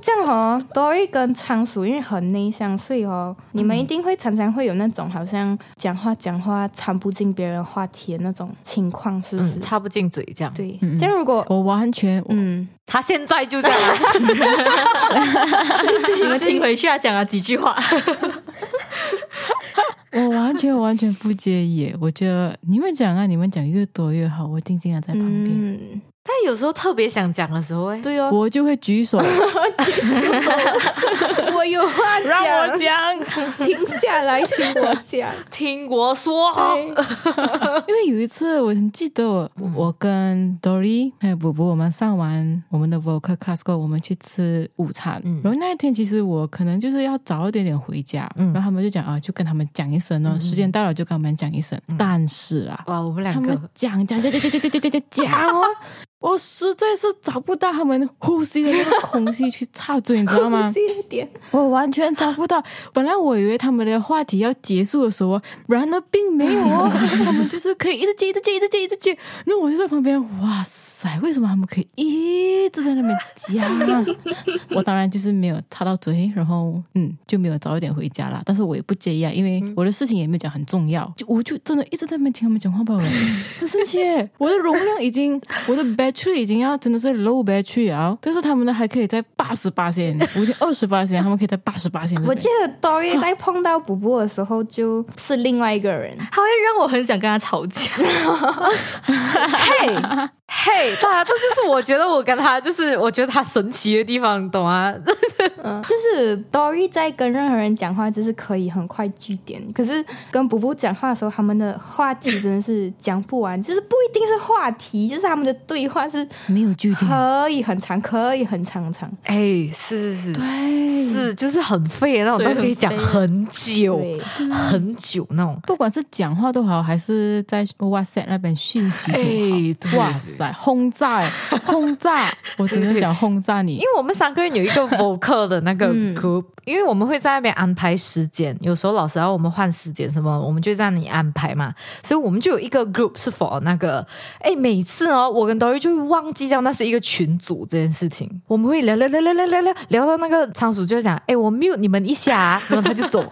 Speaker 3: 这样像哦，Dory 跟仓鼠因为很内向，所以哦，你们一定会常常会有那种好像讲话讲话掺不进别人话题的那种情况，是不是？
Speaker 1: 嗯，插不进嘴这样。
Speaker 3: 对
Speaker 2: 嗯，嗯
Speaker 3: 这样如果
Speaker 2: 我完全，我
Speaker 3: 嗯，
Speaker 1: 他现在就这样，
Speaker 4: 你们听回去啊，讲了几句话，
Speaker 2: 我完全完全不介意耶。我觉得你们讲啊，你们讲越多越好，我静静的在旁边，
Speaker 3: 嗯，
Speaker 1: 但有时候特别想讲的时候，哎，
Speaker 3: 对哦，
Speaker 2: 我就会举手
Speaker 3: 我有话
Speaker 2: 让我
Speaker 3: 讲，
Speaker 2: 讲。
Speaker 3: 停下来听我 讲。
Speaker 1: 听我说，
Speaker 3: 对，
Speaker 2: 因为有一次我很记得我，我跟 Dory 还有布布，我们上完我们的 vocal class 后，我们去吃午餐。
Speaker 1: 嗯
Speaker 2: 然后那一天其实我可能就是要早一点点回家，
Speaker 1: 嗯
Speaker 2: 然后他们就讲啊，就跟他们讲一声哦，时间到了就跟他们讲一声。但是啊，
Speaker 1: 哇，我们
Speaker 2: 他
Speaker 1: 两
Speaker 2: 们
Speaker 1: 个
Speaker 2: 讲讲讲讲讲讲讲讲讲讲哦，我实在是找不到他们呼吸的那个空隙去插嘴，你知道吗？
Speaker 3: 细一点，
Speaker 2: 我完全找不到。本来我以为他们的话题要结束的时候，然而并没有哦，他们就是可以一直接、一直接、一直接、一直接。那我就在旁边，哇塞，为什么他们可以一直在那边讲？ 我当然就是没有插到嘴，然后嗯，就没有早一点回家啦。但是我也不介意啊，因为我的事情也没有讲很重要，嗯就我就真的一直在那边听他们讲话吧，我很生气耶。我的 容量已经，我的 battery 已经要真的是 low battery 啊，但是他们呢还可以在八十八线，我已经二十八线，他们可以在八十八线。
Speaker 3: 我记得 Dory 在碰到补补的时候就是另外一个人，
Speaker 4: 他会让我很想跟他吵架。
Speaker 1: 嘿，嘿，大家这就是我觉得我跟他就是我觉得他神奇的地方，懂吗？
Speaker 3: 嗯，就是 Dory 在跟任何人讲话，就是可以很快据点，可是跟补补讲话的时候，他们的话题真的是讲不 完，就是不一定是话题，就是他们的对话是
Speaker 2: 没有据点，
Speaker 3: 可以很长，可以很长很长。
Speaker 1: 哎、是是是，
Speaker 2: 对，
Speaker 1: 是就是很废的那种，
Speaker 4: 对
Speaker 1: 但是可以讲很久
Speaker 3: 对，
Speaker 1: 很久那种。
Speaker 2: 不管是讲话都好，还是在 WhatsApp 那边讯息
Speaker 1: 哎
Speaker 2: 都
Speaker 1: 对
Speaker 2: 好，哇塞，轰炸耶轰炸！我只能讲轰炸你
Speaker 1: 因。为我们三个人有一个 vocal 的那个
Speaker 3: 嗯
Speaker 1: group，、因为我们会在那边安排时间，有时候老师要我们换时间什么，我们就让你安排嘛，所以我们就有一个 group 是 for 那个，哎，每次哦，我跟 Dory 就会忘记掉那是一个群组这件事情，我们会聊聊聊聊聊聊聊聊到那个仓鼠就会讲，哎，我 mute 你们一下、啊，然后他就走，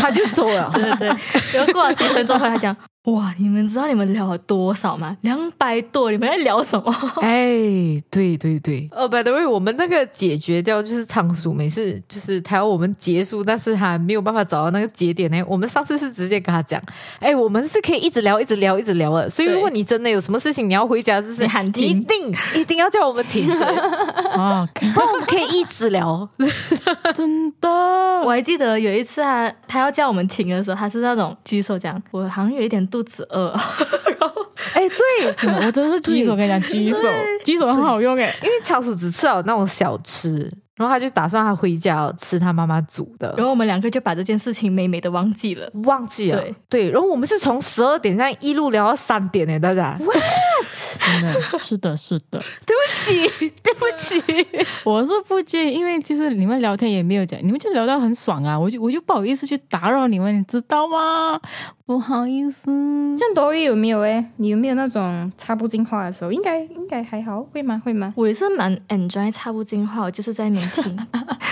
Speaker 1: 他就走了。
Speaker 4: 对对，对，然后过了几分钟后，他讲：“哇，你们知道你们聊了多少吗？两百多，你们在聊什么
Speaker 1: 哎，对对对，呃，by the way，我们那个解决掉就是仓鼠，每次就是他要我们结束，但是他没有办法找到那个节点呢。我们上次是直接跟他讲，哎，我们是可以一直聊、一直聊、一直聊的。所以
Speaker 4: 对
Speaker 1: 如果你真的有什么事情你要回家，就是
Speaker 4: 你喊停
Speaker 1: 一定一定要叫我们 停，对
Speaker 2: 哦，
Speaker 1: 不然我们可以一直聊。
Speaker 2: 真的？”，
Speaker 4: 我还记得有一次啊，他要叫我们停的时候，他是那种举手讲：“我好像有一点肚子饿。” 然后
Speaker 1: 哎，对，
Speaker 2: 真 的我真的是举手跟你讲，举手，举手很好用哎。
Speaker 1: 因为仓鼠只吃了那种小吃。然后他就打算他回家要吃他妈妈煮的，
Speaker 4: 然后我们两个就把这件事情美美的忘记了。
Speaker 1: 忘记了
Speaker 4: 对
Speaker 1: 对。然后我们是从十二点这样一路聊到三点呢，大家。
Speaker 2: 真的是的，是的，
Speaker 1: 对不起，对不起。
Speaker 2: 我是不介意，因为就是你们聊天也没有讲，你们就聊到很爽啊，我就我就不好意思去打扰你们，你知道吗？不好意思，
Speaker 3: 像 Dory 有没有哎、你有没有那种插不进话的时候？应该应该还好，会吗？会吗
Speaker 4: 我也是蛮 enjoy 插不进话，我就是在那边听，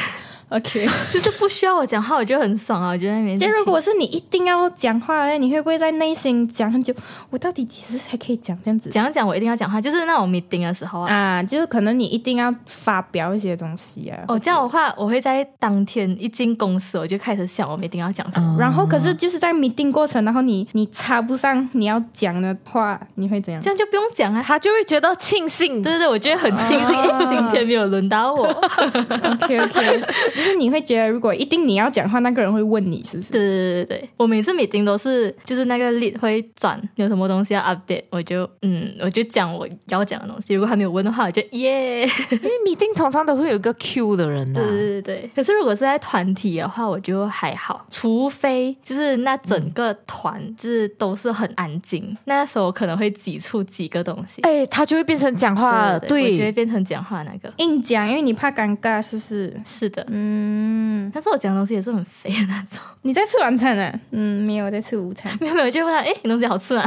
Speaker 3: ？OK。
Speaker 4: 就是不需要我讲话，我就很爽啊，我就在那边
Speaker 3: 就
Speaker 4: 听。
Speaker 3: 如果是你一定要讲话哎，你会不会在内心讲很久？我到底几时才可以讲这样子？
Speaker 4: 讲讲我一定要讲话，就是那种 meeting 的时候啊。
Speaker 3: 啊，就是可能你一定要发表一些东西啊。
Speaker 4: 哦，这样的话，我会在当天一进公司，我就开始想我们一定要讲什么。
Speaker 3: 然后可是就是在 meeting 过程，然后你你插不上你要讲的话，你会怎样
Speaker 4: 这？样就不用讲啊。
Speaker 1: 他就会觉得庆幸，
Speaker 4: 对对对，我觉得很庆幸，哎、
Speaker 3: 啊
Speaker 4: 今天没有轮到我。
Speaker 3: OK OK，就是你会觉得如果一定你要讲话，那个人会问你是不是？
Speaker 4: 对对对对对，我每次 meeting 都是就是那个 lead 会转有什么东西要 update，我就嗯我就讲我要讲的东西，如果还没有问的话，我就耶。
Speaker 1: 因为 meeting 通常都会有一个 Q 的人啊呐、
Speaker 4: 对对对对，可是如果是在团体的话，我就还好，除非就是那整个团就是都是很安静，那时候可能会挤出几个东西。
Speaker 1: 哎，他就会变成讲话，
Speaker 4: 对对对，我就会变成讲话那个。
Speaker 3: 硬讲，因为你怕尴尬，是不是？
Speaker 4: 是的，
Speaker 3: 嗯，
Speaker 4: 但是我讲的东西也是很肥的那种。
Speaker 3: 你在吃晚餐啊？嗯，没有，我在吃午餐。
Speaker 4: 没有没有，就问他，哎，你东西好吃吗？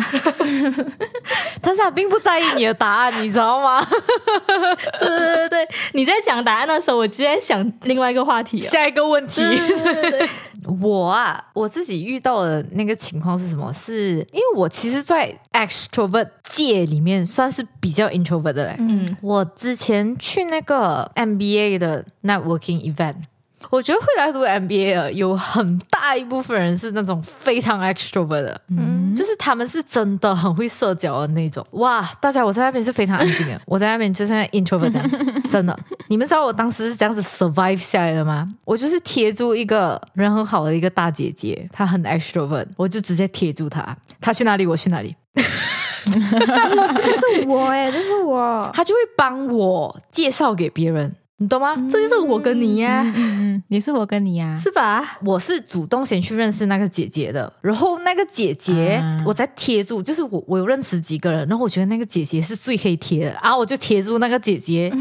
Speaker 1: 但是他并不在意你的答案，你知道 吗？
Speaker 4: 对对对对对，你在讲答案的时候，我就在想另外一个话题、哦。
Speaker 1: 下一个问题，
Speaker 4: 对对对
Speaker 1: 我啊，我自己遇到的那个情况是什么？是因为我其实，在 extrovert 界里面算是比较 introvert 的嘞。
Speaker 4: 嗯，
Speaker 1: 我之前去那个 MBA 的 networking event，我觉得会来读 MBA 的有很大一部分人是那种非常 extrovert 的，嗯，就是他们是真的很会社交的那种。哇，大家我在那边是非常安静的， 我在那边就现在 introvert 这样真的。你们知道我当时是这样子 survive 下来的吗？我就是贴住一个人很好的一个大姐姐，她很 extrovert，我就直接贴住她，她去哪里我去哪里。
Speaker 3: 哦，这个是我哎、这是 我。
Speaker 1: 他就会帮我介绍给别人，你懂吗？
Speaker 4: 这就是我跟你呀、
Speaker 2: 嗯嗯，也是我跟你呀、
Speaker 4: 是吧？
Speaker 1: 我是主动先去认识那个姐姐的，然后那个姐姐
Speaker 2: 啊
Speaker 1: 我再贴住，就是我我有认识几个人，然后我觉得那个姐姐是最可以贴的，啊然后我就贴住那个姐姐，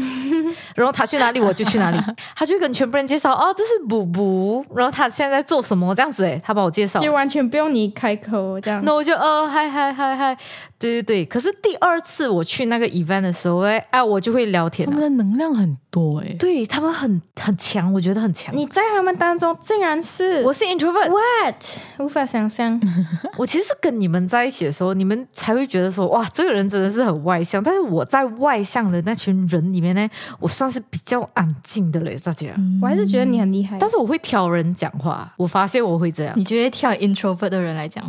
Speaker 1: 然后她去哪里我就去哪里，她就会跟全部人介绍哦，这是补补，然后她现在在做什么这样子诶，她把我介绍，
Speaker 3: 就完全不用你开口这样。
Speaker 1: 那我就呃嗨嗨嗨嗨，对对对，可是第二次我去那个 event 的时候诶，哎我就会聊天
Speaker 2: 他们
Speaker 1: 了，
Speaker 2: 的能量很多哎、
Speaker 1: 对他们很很强，我觉得很强，
Speaker 3: 你在他们当中竟然是
Speaker 1: 我是嗯 introvert。
Speaker 3: what 无法想象，
Speaker 1: 我其实是跟你们在一起的时候，你们才会觉得说，哇，这个人真的是很外向。但是我在外向的那群人里面呢，我算是比较安静的嘞，大家。
Speaker 3: 我还是觉得你很厉害。
Speaker 1: 但是我会挑人讲话，我发现我会这样，
Speaker 4: 你觉得挑 introvert 的人来讲，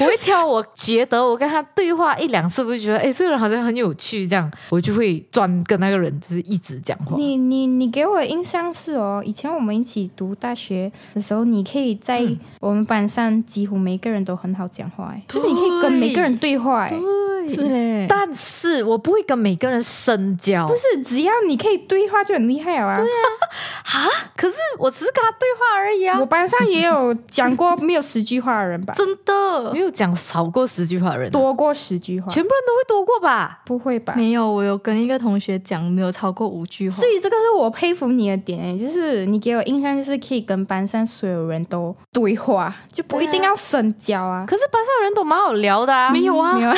Speaker 1: 我会挑我觉得我跟他对话一两次，我就觉得，哎，这个人好像很有趣，这样我就会专跟那个人就是一直讲话。
Speaker 3: 你你你给我的印象是哦，以前我们一起读大学的时候，你可以在
Speaker 1: 嗯
Speaker 3: 我们班上几乎每个人都很好讲话，哎，就是你可以跟每个人对话，哎，
Speaker 2: 是嘞，
Speaker 1: 但是我不会跟每个人深交，
Speaker 3: 不是只要你可以对话就很厉害了啊。
Speaker 1: 哈？可是我只是跟他对话而已啊
Speaker 3: 我，班上也有讲过没有十句话 的人吧，
Speaker 4: 真的
Speaker 1: 没有讲少过十句话的人啊、
Speaker 3: 多过十句话，
Speaker 1: 全部人都会多过吧？
Speaker 3: 不会吧？
Speaker 4: 没有？我有跟一个同学讲，没有超过五句话
Speaker 3: 所。以这个是我佩服你的点，哎就是你给我印象就是可以跟班上所有人都对话，就不一定要深交啊。嗯
Speaker 1: 可是班上人都蛮好聊的啊，
Speaker 4: 没有啊
Speaker 3: 没， 有，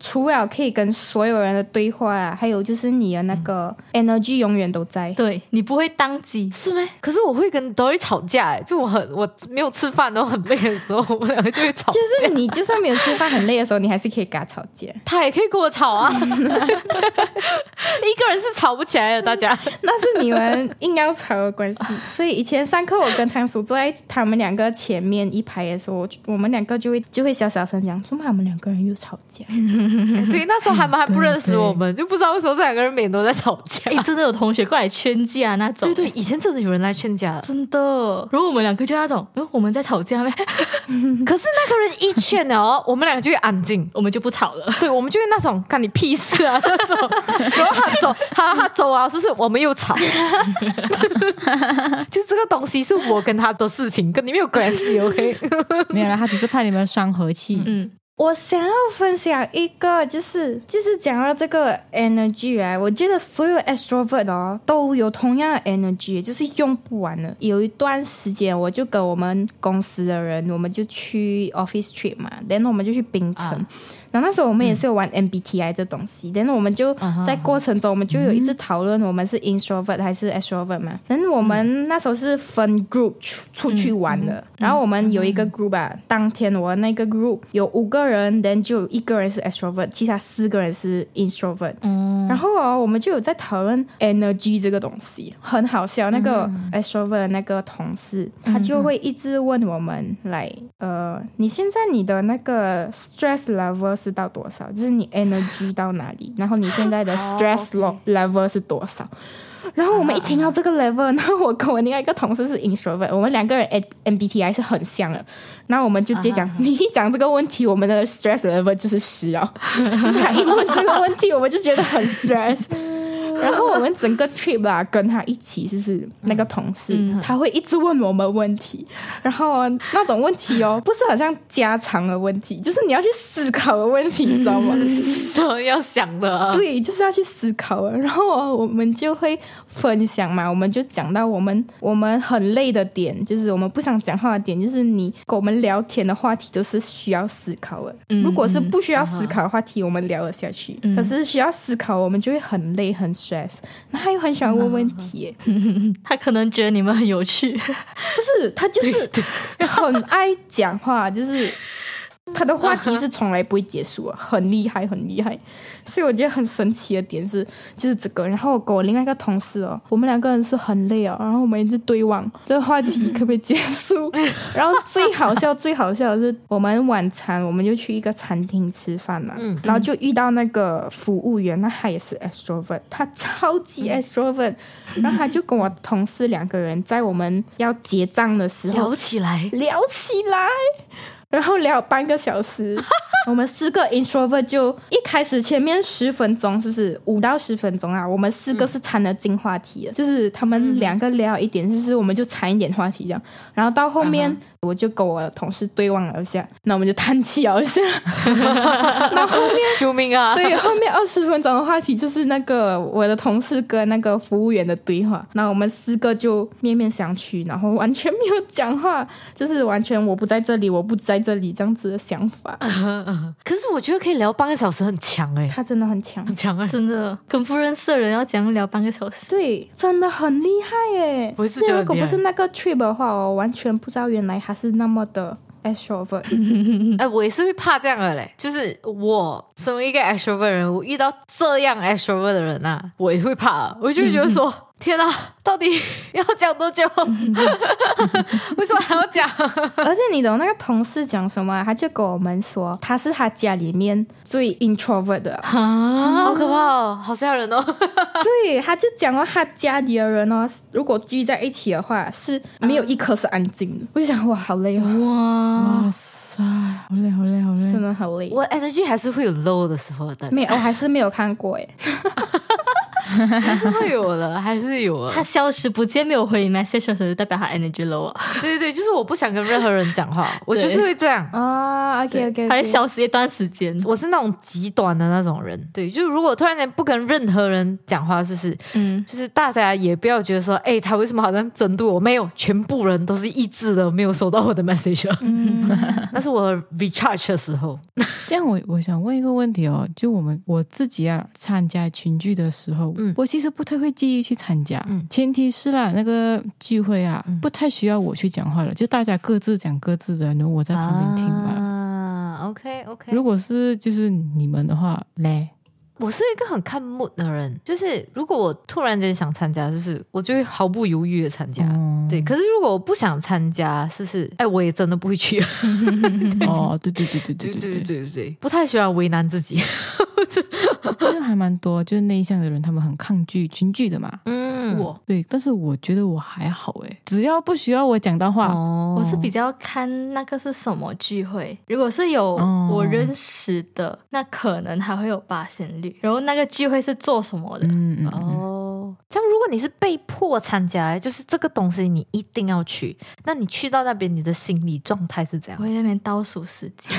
Speaker 3: 除了可以跟所有人的对话啊，还有就是你的那个 energy 永远都在。
Speaker 4: 嗯对你不会当机，
Speaker 1: 是没？可是我会跟 Dory 吵架、欸，就我很我没有吃饭都很累的时候，我们两个就会吵。
Speaker 3: 就是你就算没有吃饭很累的时候，你还是可以跟他吵 架。
Speaker 1: 他也可以跟我吵 啊，一个人是吵不起来的。大 家，
Speaker 3: 那是你们硬要吵的关系。所以以前上课，我跟仓鼠坐在他们两个前面一排的时候，我就我们两个就会就会小小声讲，怎么他们两个人又吵架？
Speaker 1: 哎对，那时候他们还不认识我 们，就不知道为什么这两个人每天都在吵架
Speaker 4: 哎。，真的有同学过来劝架那种。
Speaker 1: 对对，以前真的有人来劝架的，
Speaker 4: 真的，然后我们两个就那种，嗯，我们在吵架呗，
Speaker 1: 可是那个人一劝了哦，我们两个就会安静。
Speaker 4: 我们就不吵了。
Speaker 1: 对，我们就会那种干你屁事啊那种，然后他走，他他走啊，就是我们又吵， 就这个东西是我跟他的事情，跟你没有关系，OK？
Speaker 2: 没有啦，他只是怕你们伤和气。
Speaker 4: 嗯，
Speaker 3: 我想要分享一个，就是就是讲到这个 energy 啊，我觉得所有 extrovert 哦都有同样的 energy，就是用不完的。有一段时间，我就跟我们公司的人，我们就去 office trip 嘛，然后我们就去槟城。然后那时候我们也是有玩 MBTI 这东西，然后我们就在过程中，我们就有一直讨论我们是 introvert 还是 extrovert 嘛。然后我们那时候是分 group 出出去玩的，然后我们有一个 group 啊，当天我那个 group 有五个人，然后就有一个人是 extrovert，其他四个人是 introvert。然后哦，我们就有在讨论 energy 这个东西，很好笑。那个 extrovert 的那个同事，他就会一直问我们来，呃，你现在你的那个 stress level 是到多少？就是你 energy 到哪里？然后你现在的 stress lo- level 是多少？然后我们一听到这个 level，然后我跟我另外一个同事是 introvert，我们两个人 MBTI 是很像的，然后我们就直接讲，你一讲这个问题，我们的 stress level 就是十哦，就是他一问这个问题，我们就觉得很 stress。然后我们整个 trip 啊，跟他一起就是那个同事，他会一直问我们问题，然后啊那种问题哦，不是好像家常的问题，就是你要去思考的问题，你知道吗？
Speaker 1: 说要想的
Speaker 4: 嗯
Speaker 1: 啊，
Speaker 3: 对，就是要去思考啊。 然后啊我们就会分享嘛，我们就讲到我们我们很累的点，就是我们不想讲话的点，就是你跟我们聊天的话题都是需要思考的。如果是不需要思考的话题，我们聊得下去。可是需要思考，我们就会很累很 stress，那他又很喜欢问问题耶、
Speaker 4: 他可能觉得你们很有趣，
Speaker 3: 不是他就是很爱讲话，就是。他的话题是从来不会结束啊，很厉害，很厉害。所以我觉得很神奇的点是，就是这个。然后我跟我另外一个同事哦，我们两个人是很累哦，然后我们一直对望，这个话题可不可以结 束？然后最好笑、最好笑的是，我们晚餐我们就去一个餐厅吃饭嘛，
Speaker 1: 嗯
Speaker 3: 然后就遇到那个服务员，那他也是 extrovert，他超级 extrovert，、然后他就跟我同事两个人在我们要结账的时候
Speaker 1: 聊起来，
Speaker 3: 聊起来，然后聊半个小时。我们四个 introvert 就一开始前面十分钟，是不是五到十分钟啊？我们四个是掺了进话题的，就是他们两个聊一点，就是我们就掺一点话题这样。然后到后面，我就跟我同事对望了一下，那我们就叹气了一下。那后面
Speaker 1: 救命啊！
Speaker 3: 对，后面二十分钟的话题就是那个我的同事跟那个服务员的对话，那我们四个就面面相觑，然后完全没有讲话，就是完全我不在这里，我不在这里这样子的想法。
Speaker 1: 可是我觉得可以聊半个小时，很强哎，
Speaker 3: 他真的很强，
Speaker 1: 很强哎。
Speaker 4: 真的跟不认识的人要讲聊半个小时。
Speaker 3: 对，真的很厉害耶！
Speaker 1: 我也是
Speaker 3: 因为
Speaker 1: 觉得
Speaker 3: 如果
Speaker 1: 很厉
Speaker 3: 不
Speaker 1: 害
Speaker 3: 是那个 trip 的话，我完全不知道原来他是那么的 extrovert。
Speaker 1: 哎，我也是会怕这样的嘞，就是我身为一个 extrovert 人，我遇到这样 extrovert 的人啊，我也会怕，我就会觉得说，天啊，到底要讲多久？ 为什么还要讲？
Speaker 3: 而且你懂那个同事讲什么啊？他就跟我们说，他是他家里面最 introvert 的。
Speaker 1: 好可怕哦，好吓人哦！
Speaker 3: 对，他就讲到他家里的人哦，如果聚在一起的话，是没有一颗是安静的。我就想，哇，好累
Speaker 4: 嗯
Speaker 3: 哦，
Speaker 4: 哇，
Speaker 2: 哇塞，好累，好累，好累
Speaker 3: 真。的好累。
Speaker 1: 我 energy 还是会有 low 的时候的，
Speaker 3: 没有，我还是没有看过诶。
Speaker 1: 还是会有的，还是有的
Speaker 4: 他。消失不见没有回 message 的时候，就代表他 energy low 啊，
Speaker 1: 对对对，就是我不想跟任何人讲 话，我就是会这样。
Speaker 3: 啊，OK OK，
Speaker 4: 他会消失一段时间。
Speaker 1: 我是那种极端的那种人，对，就是如果突然间不跟任何人讲话，就是
Speaker 4: 嗯，
Speaker 1: 就是大家也不要觉得说，哎、他为什么好像针对我？没有，全部人都是一致的，没有收到我的 message。那
Speaker 3: 嗯
Speaker 1: 是我 recharge 的时候，
Speaker 2: 这样我我想问一个问题哦，就我们我自己啊参加群聚的时候，
Speaker 1: 嗯
Speaker 2: 我其实不太会记忆去参加，
Speaker 1: 嗯
Speaker 2: 前提是啦，那个聚会啊、不太需要我去讲话了，就大家各自讲各自的，然后我在旁边听吧。
Speaker 1: 啊，OK OK。
Speaker 2: 如果是就是你们的话嘞，
Speaker 1: 我是一个很看 mood 的人，就是如果我突然间想参加，就是我就会毫不犹豫的参加。
Speaker 2: 哦
Speaker 1: 对，可是如果我不想参加，是不是？哎，我也真的不会 去。
Speaker 2: 哦，对对对对对
Speaker 1: 对对
Speaker 2: 对对对，
Speaker 1: 对对对，不太喜欢为难自己。
Speaker 2: 因为还蛮多就是内向的人，他们很抗拒群聚的嘛。
Speaker 1: 嗯，
Speaker 4: 我
Speaker 2: 对，但是我觉得我还好诶，只要不需要我讲到话，
Speaker 1: 哦
Speaker 4: 我是比较看那个是什么聚会，如果是有
Speaker 2: 哦
Speaker 4: 我认识的，那可能还会有八仙率。然后那个聚会是做什么的？
Speaker 2: 嗯嗯嗯，，
Speaker 1: 哦，这样如果你是被迫参加，哎就是这个东西你一定要去，那你去到那边，你的心理状态是怎
Speaker 4: 我
Speaker 1: 样？
Speaker 4: 会在那边倒数时间，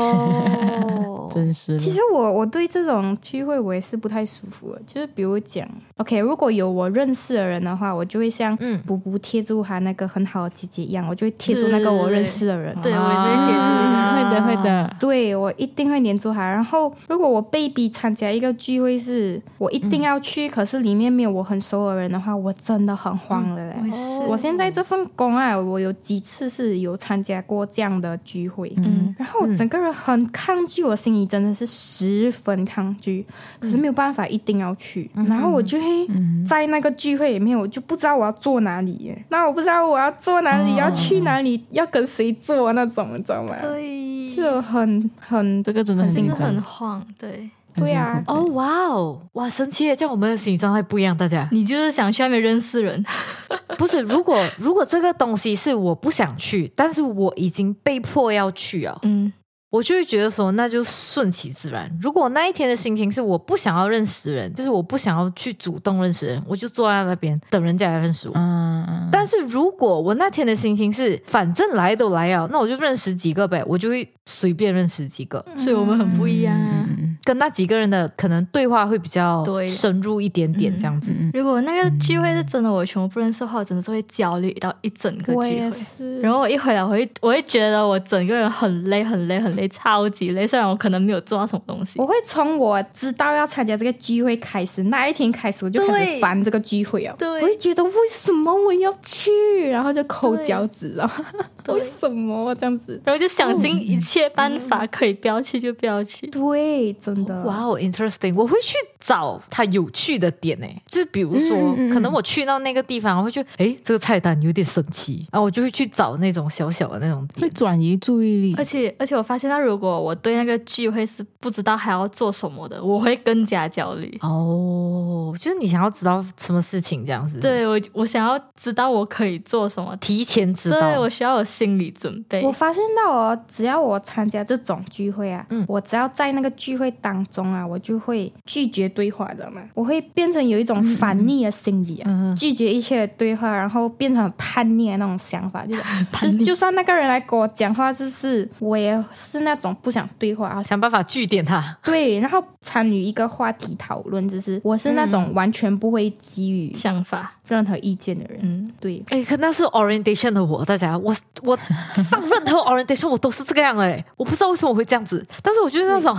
Speaker 1: 哦
Speaker 2: 真是了。
Speaker 3: 其实我我对这种聚会我也是不太舒服的，就是比如讲，OK，如果有我认识的人的话，我就会像
Speaker 1: 嗯
Speaker 3: 补补贴住他那个很好的姐姐一样，我就会贴住那个
Speaker 4: 是
Speaker 3: 我认识的人。
Speaker 4: 对我也是会写注意
Speaker 2: 啊
Speaker 4: 的。
Speaker 2: 会的会的。
Speaker 3: 对我一定会黏住他。然后，如果我被逼参加一个聚会是，我一定要去，可是里面没有我很熟的人的话，我真的很慌了嘞。
Speaker 4: 我也是
Speaker 3: 我现在这份工啊，我有几次是有参加过这样的聚会，
Speaker 4: 嗯，
Speaker 3: 然后我整个人很抗拒，我心里真的是十分抗拒，
Speaker 4: 嗯
Speaker 3: 可是没有办法，一定要去。然后我就会
Speaker 4: 嗯
Speaker 3: 在那个聚会里面，我就不知道我要坐哪里耶，那我不知道我要坐哪里，要去哪里，要跟谁坐那种，你知道吗？
Speaker 4: 哦对，
Speaker 3: 就很很
Speaker 2: 这个真的很
Speaker 4: 真
Speaker 2: 紧
Speaker 4: 的
Speaker 2: 张，
Speaker 4: 很慌。对，
Speaker 2: 很
Speaker 3: 对
Speaker 2: 辛
Speaker 3: 啊
Speaker 2: 苦
Speaker 1: 哦，哇哦，哇，神奇耶！这样我们的心理状态不一样，大家
Speaker 4: 你就是想去那边认识人，
Speaker 1: 不是？如果如果这个东西是我不想去，但是我已经被迫要去哦，
Speaker 4: 嗯，
Speaker 1: 我就会觉得说，那就顺其自然。如果那一天的心情是我不想要认识人，就是我不想要去主动认识人，我就坐在那边等人家来认识我。
Speaker 2: 嗯，
Speaker 1: 但是如果我那天的心情是反正来都来了，那我就认识几个呗，我就会随便认识几个，
Speaker 4: 所以我们很不一样啊。
Speaker 2: 嗯
Speaker 1: 跟那几个人的可能对话会比较
Speaker 4: 对
Speaker 1: 深入一点点这样子。
Speaker 2: 嗯
Speaker 4: 如果那个聚会是真的我全部不认识的话，我真的是会焦虑到一整个聚
Speaker 3: 我
Speaker 4: 会
Speaker 3: 也。是，
Speaker 4: 然后我一回来，我会我会觉得我整个人很累，很累，很累，超级累。虽然我可能没有做到什么东西
Speaker 3: 我，会从我知道要参加这个聚会开始，那一天开始我就开始烦这个聚会哦。
Speaker 4: 对
Speaker 3: 我就觉得为什么我要去，然后就抠
Speaker 4: 对
Speaker 3: 脚趾啊，
Speaker 4: 对
Speaker 3: 为什么这样子？
Speaker 4: 然后就想尽一切办法，可以不要去就不要去。
Speaker 3: 对，真
Speaker 2: 嗯
Speaker 3: 的
Speaker 1: 哇哦、i n t e r e s t i n g 我会去找它有趣的点呢、就是比如说，
Speaker 2: 嗯嗯嗯
Speaker 1: 可能我去到那个地方，我会觉得，诶，这个菜单有点神奇，然后我就会去找那种小小的那种
Speaker 2: 会
Speaker 1: 点。
Speaker 2: 转移注意力
Speaker 4: 而，且而且我发现，那如果我对那个聚会是不知道还要做什么的，我会更加焦虑。
Speaker 1: 哦，就是你想要知道什么事情这样子，，
Speaker 4: 对我，我想要知道我可以做什么，
Speaker 1: 提前知
Speaker 4: 对
Speaker 1: 道
Speaker 4: 我。需要有心理准备。
Speaker 3: 我发现到哦，只要我参加这种聚会啊，
Speaker 1: 嗯
Speaker 3: 我只要在那个聚会当中啊，我就会拒绝对话，知道吗？我会变成有一种反逆的心理啊，
Speaker 1: 嗯
Speaker 3: 拒绝一切的对话，然后变成很叛逆的那种想法， 就是
Speaker 4: 叛逆
Speaker 3: 就就算那个人来跟我讲话，就是我也是那种不想对话，啊好像
Speaker 1: 想办法据点它。
Speaker 3: 对，然后参与一个话题讨论，就是我是那
Speaker 4: 嗯
Speaker 3: 种完全不会给予
Speaker 4: 想法，
Speaker 3: 任何意见的人，
Speaker 4: 嗯，
Speaker 3: 对。
Speaker 1: 哎、可那是 orientation 的我，大家，我我上任何 orientation 我都是这个样的、欸，我不知道为什么我会这样子，但是我就是那种，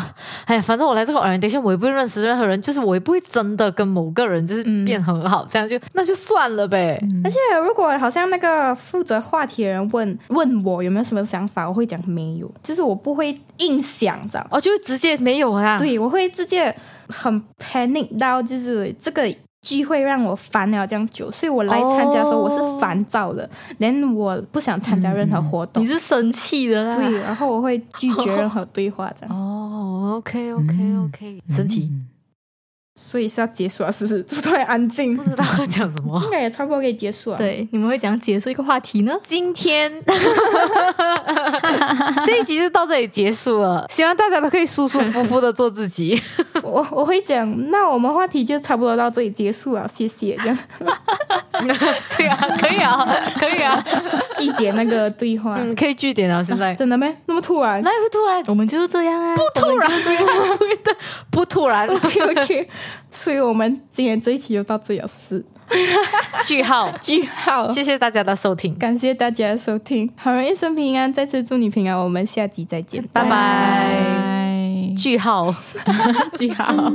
Speaker 1: 哎呀，反正我来这个 orientation 我也不会认识任何人，就是我也不会真的跟某个人就是变很好，这样就那就算了呗。
Speaker 3: 而且如果好像那个负责话题的人问问我有没有什么想法，我会讲没有，就是我不会硬想着。
Speaker 1: 哦，就直接没有啊。，
Speaker 3: 对，我会直接很 panic 到，就是这个聚会让我烦了这样久，所以我来参加的时候
Speaker 1: 哦
Speaker 3: 我是烦躁的，连、我不想参加任何活动，
Speaker 4: 嗯你是生气的啦。
Speaker 3: 对，然后我会拒绝任何对话 这样，
Speaker 1: 哦，OK OK OK，、神奇，
Speaker 3: 所以是要结束了，是不 是？突然安静
Speaker 1: 不，知道要讲什么
Speaker 3: 应。该也差不多可以结束了。，啊
Speaker 4: 对，你们会怎样结束一个话题呢？
Speaker 1: 今 天 这一集就到这里结束了，希望大家都可以舒舒服服的做自己。
Speaker 3: 我我会讲，那我们话题就差不多到这里结束了，谢谢这样。
Speaker 1: 对啊，可以啊，可以啊。
Speaker 3: 据点那个对话。
Speaker 1: 嗯，可以据点啊，现在。
Speaker 3: 真的没那么 突然
Speaker 1: 那也不突然，
Speaker 4: 我们就是这样啊，不
Speaker 1: 突然不突 然，
Speaker 3: ？OK OK，所以我们今天这一期就到这里了，啊是不是？
Speaker 1: 句 号。
Speaker 3: 句号。
Speaker 1: 谢谢大家的收听，
Speaker 3: 感谢大家的收听，好人一生平安，再次祝你平安，我们下集再见，
Speaker 2: 嗯
Speaker 1: 拜拜。
Speaker 2: 拜。
Speaker 1: 句号。
Speaker 2: 记好。